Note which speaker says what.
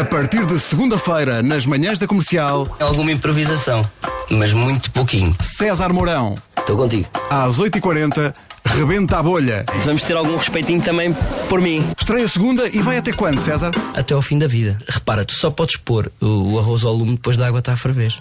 Speaker 1: A partir de segunda-feira, nas manhãs da comercial,
Speaker 2: É
Speaker 3: Alguma improvisação, mas muito pouquinho.
Speaker 1: César Mourão,
Speaker 3: Estou contigo.
Speaker 1: às 8h40, rebenta a bolha.
Speaker 2: Vamos ter algum respeitinho também por mim.
Speaker 1: Estreia segunda e vai até quando, César?
Speaker 2: Até ao fim da vida. Repara, tu só tá podes pôr o, o arroz ao lume depois da água está a ferver.